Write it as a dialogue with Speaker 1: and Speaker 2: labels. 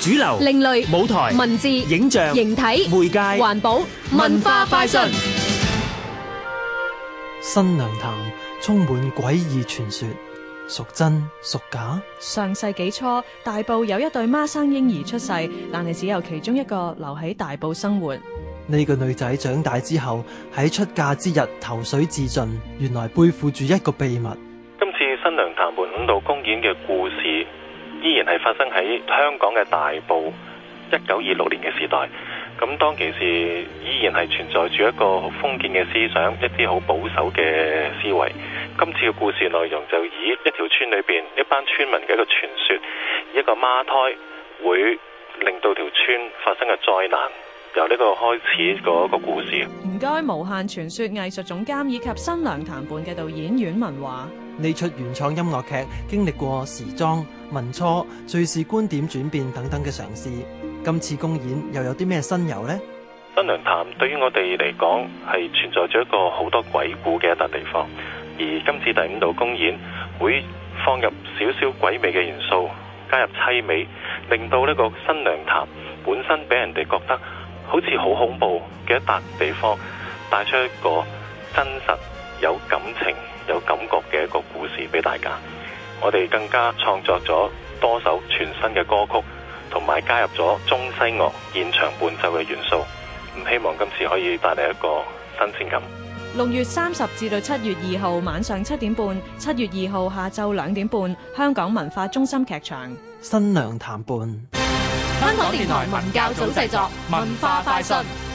Speaker 1: 主流、
Speaker 2: 另類
Speaker 1: 舞台、
Speaker 2: 文字、
Speaker 1: 影像、
Speaker 2: 形體、
Speaker 1: 媒介、
Speaker 2: 環保、文化快訊。
Speaker 3: 新娘潭充滿詭異傳說，孰真孰假？
Speaker 4: 上世紀初，大埔有一對孖生嬰兒出世，但係只有其中一個留喺大埔生活。
Speaker 3: 呢個女仔長大之後喺出嫁之日投水自盡，原來背負住一個秘密。
Speaker 5: 今次新娘潭門五道公園嘅故事，依然係發生喺香港嘅大埔，一九二六年嘅時代。咁當其時依然係存在住一個封建嘅思想，一啲好保守嘅思維。今次嘅故事內容就以一條村裏邊一班村民嘅一個傳說，一個孖胎會令到條村發生嘅災難，由呢個開始嗰個故事。
Speaker 4: 唔該，無限傳說藝術總監以及新娘談伴嘅導演阮文華。
Speaker 3: 呢出原創音樂劇經歷過時裝、民初、敘事觀點轉變等等嘅嘗試。今次公演又有啲咩新猷呢？
Speaker 5: 新娘潭對於我哋嚟講係存在咗一個好多鬼故嘅一笪地方，而今次第五道公演會放入少少鬼味嘅元素，加入凄美，令到呢個新娘潭本身俾人哋覺得好似好恐怖嘅一笪地方，帶出一個真實、有感情、有感覺嘅一個故事俾大家。我哋更加創作咗多首全新嘅歌曲，同埋加入咗中西樂現場伴奏嘅元素。唔希望今次可以帶嚟一個新鮮感。
Speaker 4: 六月三十至到七月二號晚上七點半，七月二號下晝兩點半，香港文化中心劇場。
Speaker 3: 新娘潭伴。
Speaker 2: 香港電台文教組製作，文化快訊。